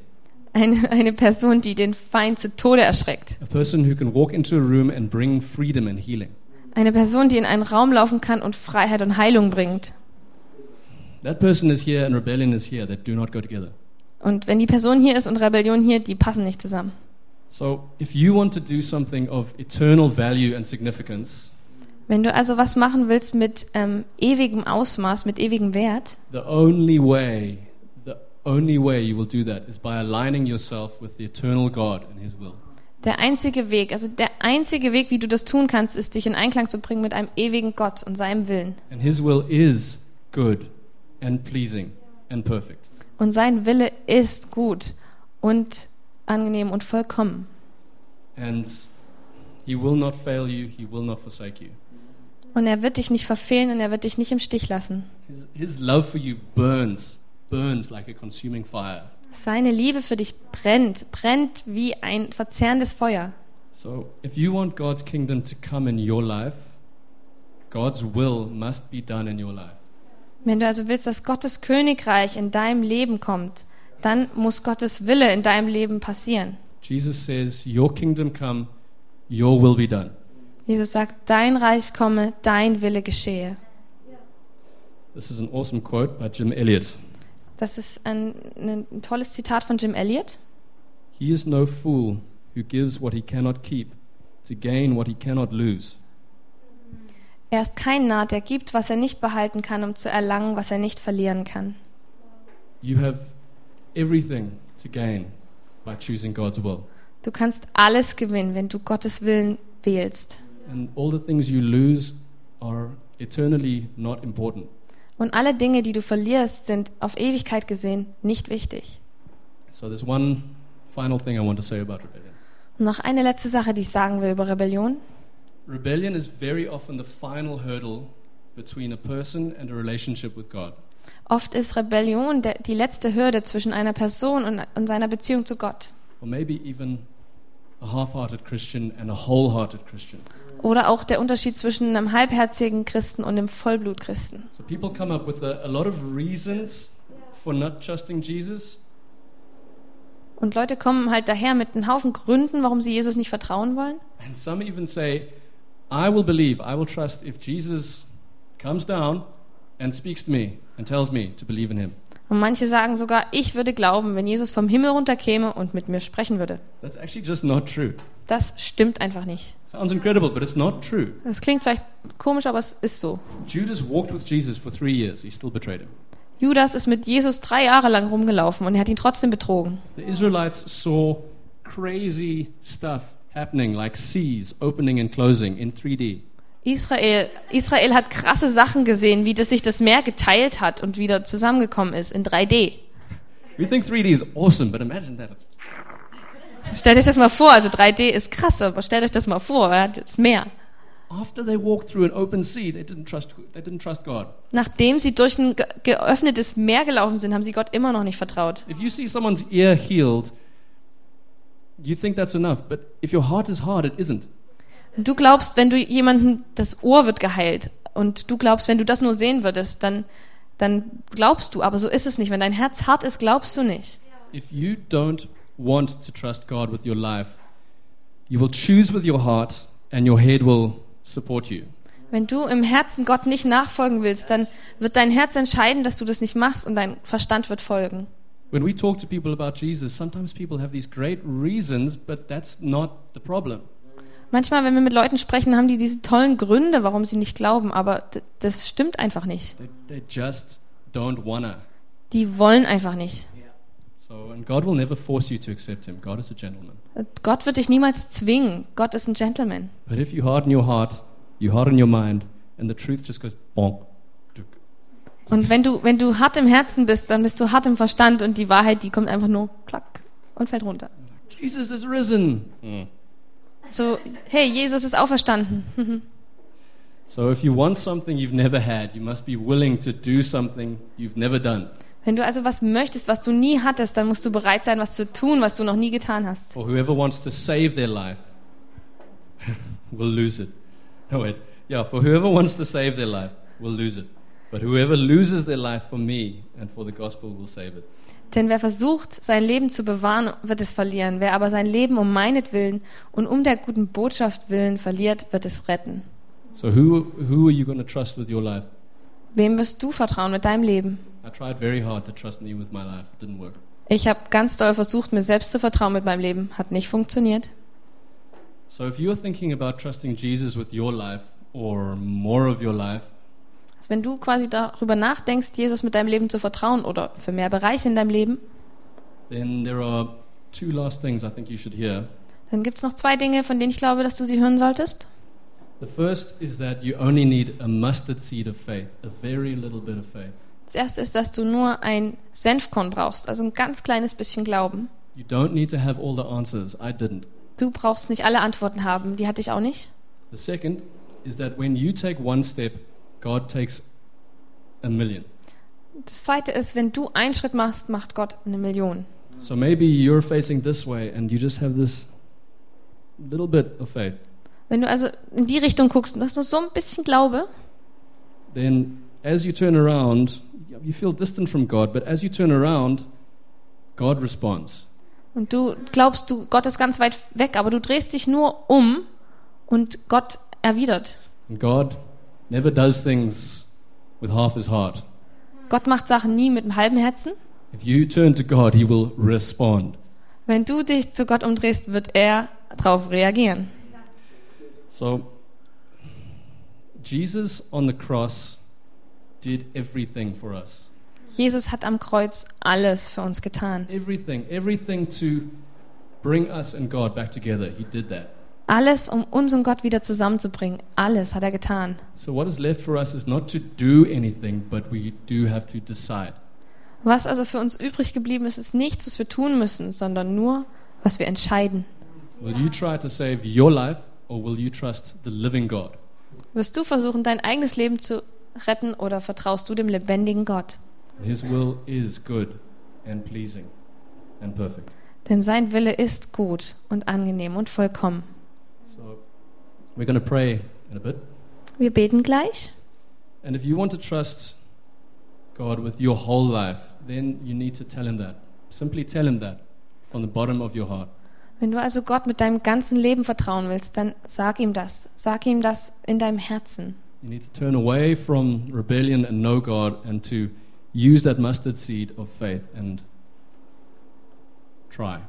B: Eine, eine Person, die den Feind zu Tode erschreckt.
A: A person who can walk into a room and bring freedom and healing.
B: Eine Person, die in einen Raum laufen kann und Freiheit und Heilung bringt.
A: That person is here and rebellion is here. They do not go together.
B: Und wenn die Person hier ist und Rebellion hier, die passen nicht zusammen.
A: So, if you want to do something of eternal value and significance,
B: Wenn du also was machen willst mit ähm, ewigem Ausmaß, mit ewigem Wert,
A: the only way, the only way you will do that is by aligning yourself with the eternal God and His will.
B: der einzige Weg, also der einzige Weg, wie du das tun kannst, ist, dich in Einklang zu bringen mit einem ewigen Gott und seinem Willen.
A: And His will is good and pleasing and perfect.
B: Und sein Wille ist gut und angenehm und vollkommen.
A: And He will not fail you, He will not forsake you.
B: Und er wird dich nicht verfehlen und er wird dich nicht im Stich lassen.
A: His, his love for you burns, burns like a consuming fire.
B: Seine Liebe für dich brennt, brennt wie ein verzehrendes Feuer.
A: So, if you want God's kingdom to come in your life, God's will must be done in your life.
B: Wenn du also willst, dass Gottes Königreich in deinem Leben kommt, dann muss Gottes Wille in deinem Leben passieren.
A: Jesus says, Your kingdom come, your will be done.
B: Jesus sagt, dein Reich komme, dein Wille geschehe.
A: This is an awesome quote by Jim Elliot.
B: Das ist ein, ein tolles Zitat von Jim Elliot.
A: He is no fool who gives what he cannot keep to gain what he cannot lose.
B: Er ist kein Narr, der gibt, was er nicht behalten kann, um zu erlangen, was er nicht verlieren kann.
A: You have everything to gain by choosing God's will.
B: Du kannst alles gewinnen, wenn du Gottes Willen wählst.
A: And all the things you lose are eternally not important.
B: Und alle Dinge, die du verlierst, sind auf Ewigkeit gesehen nicht wichtig.
A: So there's one final thing I want to say about rebellion.
B: Und noch eine letzte Sache, die ich sagen will über Rebellion.
A: Rebellion is very often the final hurdle between a person and a relationship with God.
B: Oft ist Rebellion der, die letzte Hürde zwischen einer Person und, und seiner Beziehung zu Gott.
A: Or maybe even a half hearted Christian and a wholehearted Christian.
B: Oder auch der Unterschied zwischen einem halbherzigen Christen und einem Vollblutchristen.
A: So people come up with a, a lot of reasons for not trusting Jesus,
B: Und Leute kommen halt daher mit einem Haufen Gründen, warum sie Jesus nicht vertrauen wollen.
A: and some even say, I will believe, I will trust if Jesus comes down and speaks to me and tells me to believe in him.
B: Und manche sagen sogar, ich würde glauben, wenn Jesus vom Himmel runterkäme und mit mir sprechen würde.
A: That's actually just not true.
B: Das stimmt einfach nicht.
A: Sounds incredible, but it's not true.
B: Das klingt vielleicht komisch, aber es ist so.
A: Judas walked with Jesus for three years, he still betrayed him.
B: Judas ist mit Jesus drei Jahre lang rumgelaufen und er hat ihn trotzdem betrogen.
A: The Israelites saw crazy stuff happening, like seas opening and closing in 3D.
B: Israel, Israel hat krasse Sachen gesehen, wie das sich das Meer geteilt hat und wieder zusammengekommen ist in 3D.
A: We think 3D is awesome, but imagine that. It's
B: Stellt euch das mal vor, also 3D ist krass, aber stellt euch das mal vor, ja, das Meer.
A: After they walked through an open sea, they didn't trust, they didn't trust God.
B: Nachdem sie durch ein ge- geöffnetes Meer gelaufen sind, haben sie Gott immer noch nicht vertraut.
A: If you see someone's ear healed, you think that's enough, but if your heart is hard, it isn't.
B: Und du glaubst, wenn du jemanden das Ohr wird geheilt und du glaubst, wenn du das nur sehen würdest, dann dann glaubst du, aber so ist es nicht. Wenn dein Herz hart ist, glaubst du nicht.
A: If you don't want to trust God with your life, you will choose with your heart and your head will support you.
B: Wenn du im Herzen Gott nicht nachfolgen willst, dann wird dein Herz entscheiden, dass du das nicht machst und dein Verstand wird folgen.
A: When we talk to people about Jesus, sometimes people have these great reasons, but that's not the problem.
B: Manchmal, wenn wir mit Leuten sprechen, haben die diese tollen Gründe, warum sie nicht glauben, aber d- das stimmt einfach nicht.
A: They, they just don't wanna.
B: Die wollen einfach nicht.
A: So, and God will never force you to accept Him. God is a gentleman.
B: Gott wird dich niemals zwingen. Gott ist ein Gentleman.
A: But if you harden your heart, you harden your mind, and the truth just goes bonk. duk.
B: Und wenn du, wenn du hart im Herzen bist, dann bist du hart im Verstand und die Wahrheit, die kommt einfach nur klack und fällt runter.
A: Jesus is risen.
B: So, hey, Jesus ist auferstanden. Hm.
A: So, if you want something you've never had, you must be willing to do something you've never done.
B: Wenn du also was möchtest, was du nie hattest, dann musst du bereit sein, was zu tun, was du noch nie getan hast.
A: For whoever wants to save their life will lose it. No, wait. Yeah, for whoever wants to save their life will lose it. But whoever loses their life for me and for the gospel will save it.
B: Denn wer versucht, sein Leben zu bewahren, wird es verlieren. Wer aber sein Leben um meinetwillen und um der guten Botschaft willen verliert, wird es retten.
A: So, who, who are you going to trust with your life?
B: Wem wirst du vertrauen mit deinem Leben?
A: I tried very hard to trust me with my life. It didn't work.
B: Ich habe ganz doll versucht, mir selbst zu vertrauen mit meinem Leben. Hat nicht funktioniert.
A: So, if you're thinking about trusting Jesus with your life or more of your life,
B: Also Wenn du quasi darüber nachdenkst, Jesus mit deinem Leben zu vertrauen oder für mehr Bereiche in deinem Leben,
A: then there are two last things I think you should hear.
B: dann gibt es noch zwei Dinge, von denen ich glaube, dass du sie hören solltest.
A: The first is that you only need a mustard seed of faith, a very little bit of faith.
B: Das erste ist, dass du nur ein Senfkorn brauchst, also ein ganz kleines bisschen Glauben.
A: You don't need to have all the answers. I didn't.
B: Du brauchst nicht alle Antworten haben, die hatte ich auch nicht.
A: The second is that when you take one step, God takes a million.
B: Das zweite ist, wenn du einen Schritt machst, macht Gott eine Million.
A: So maybe you're facing this way and you just have this little bit of faith.
B: Wenn du also in die Richtung guckst und hast nur so ein bisschen Glaube,
A: Then as you turn around, you feel distant from God, but as you turn around, God responds.
B: Und du glaubst, du, Gott ist ganz weit weg, aber du drehst dich nur um und Gott erwidert.
A: And God never does things with half his heart.
B: Gott macht Sachen nie mit einem halben Herzen.
A: If you turn to God, he will respond.
B: Wenn du dich zu Gott umdrehst, wird er darauf reagieren.
A: So, Jesus on the cross did everything for us.
B: Jesus hat am Kreuz alles für uns getan.
A: Everything, everything to bring us and God back together. He did that.
B: Alles, um uns und Gott wieder zusammenzubringen. Alles hat er getan.
A: So, what is left for us is not to do anything, but we do have to decide.
B: Was also für uns übrig geblieben ist, ist nichts, was wir tun müssen, sondern nur, was wir entscheiden.
A: Will you try to save your life or will you trust the living God?
B: Wirst du versuchen, dein eigenes Leben zu retten oder vertraust du dem lebendigen Gott?
A: His will is good and pleasing and perfect.
B: Denn sein Wille ist gut und angenehm und vollkommen.
A: So we're going to pray in a bit.
B: Wir beten gleich.
A: And if you want to trust God with your whole life, then you need to tell Him that. Simply tell Him that from the bottom of your heart.
B: Wenn du also Gott mit deinem ganzen Leben vertrauen willst, dann sag ihm das. Sag ihm das in deinem Herzen.
A: You need to turn away from rebellion and know God and to use that mustard seed of faith and try.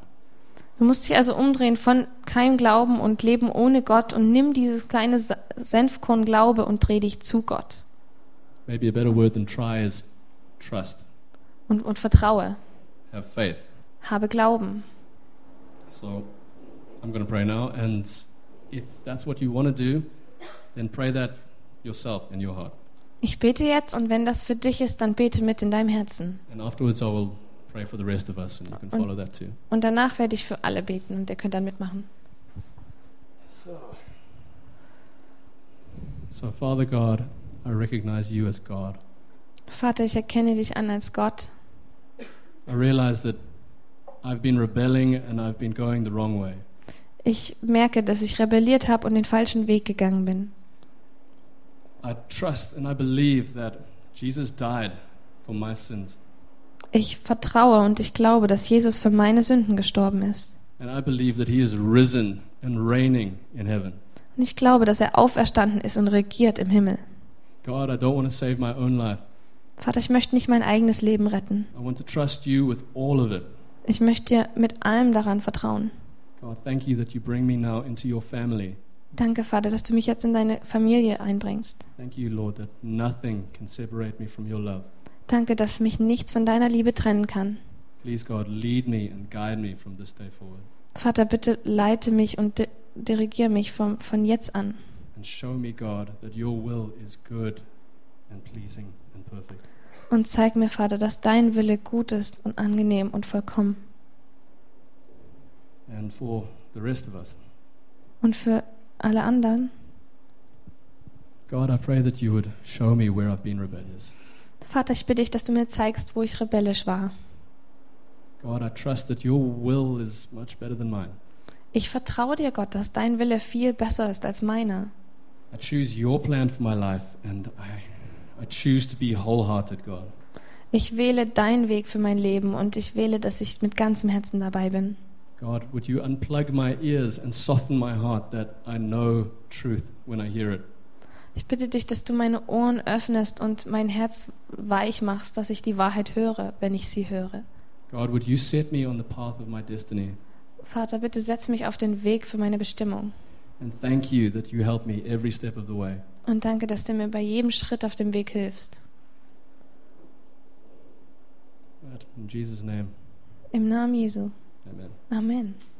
B: Du musst dich also umdrehen von keinem Glauben und Leben ohne Gott und nimm dieses kleine Sa- Senfkorn Glaube und dreh dich zu Gott
A: Maybe a better word than try is trust.
B: und, und vertraue.
A: Have faith.
B: Habe Glauben.
A: So I'm going to pray now. And if that's what you want to do, then pray that yourself in your heart.
B: Ich bete jetzt und wenn das für dich ist, dann bete mit in deinem Herzen.
A: And afterwards, I will pray for the rest of us, and you can
B: Und-
A: follow that too.
B: Und danach werde ich für alle beten und ihr könnt dann mitmachen.
A: So, so Father God, I recognize you as God.
B: Vater, ich erkenne dich an als Gott.
A: I realize that I've been rebelling and I've been going the wrong way.
B: Ich merke, dass ich rebelliert habe und den falschen Weg gegangen bin.
A: I trust and I believe that Jesus died for my sins.
B: Ich vertraue und ich glaube, dass Jesus für meine Sünden gestorben ist.
A: And I believe that he is risen and reigning in heaven.
B: Und ich glaube, dass er auferstanden ist und regiert im Himmel.
A: God, I don't want to save my own life.
B: Vater, ich möchte nicht mein eigenes Leben retten.
A: I want to trust you with all of it.
B: Ich möchte dir mit allem daran vertrauen.
A: God, thank you that you bring me now into your family.
B: Danke, Vater, dass du mich jetzt in deine Familie einbringst.
A: Thank you, Lord, that nothing can separate me from your love.
B: Danke, dass mich nichts von deiner Liebe trennen kann.
A: Please, God, lead me and guide me from this day forward
B: Vater, bitte leite mich und di dirigier mich vom, von jetzt an.
A: and show me, God, that your will is good and pleasing and perfect.
B: Und zeig mir, Vater, dass dein Wille gut ist und angenehm und vollkommen.
A: And for the rest of us,
B: Und für alle anderen,
A: God, I pray that you would show me where I've been rebellious.
B: Vater, ich bitte dich, dass du mir zeigst, wo ich rebellisch war.
A: God, I trust that your will is much better than mine.
B: Ich vertraue dir, Gott, dass dein Wille viel besser ist als meiner.
A: I choose your plan for my life and I, I choose to be wholehearted, God.
B: Ich wähle deinen Weg für mein Leben und ich wähle, dass ich mit ganzem Herzen dabei bin.
A: God, would you unplug my ears and soften my heart that I know truth when I hear it?
B: Ich bitte dich, dass du meine Ohren öffnest und mein Herz weich machst, dass ich die Wahrheit höre, wenn ich sie höre.
A: God, would you set me on the path of my destiny?
B: Vater, bitte setz mich auf den Weg für meine Bestimmung.
A: And thank you that you help me every step of the way.
B: Und danke, dass du mir bei jedem Schritt auf dem Weg hilfst.
A: Right, in Jesus' name,
B: Im Namen Jesu.
A: amen.
B: Amen.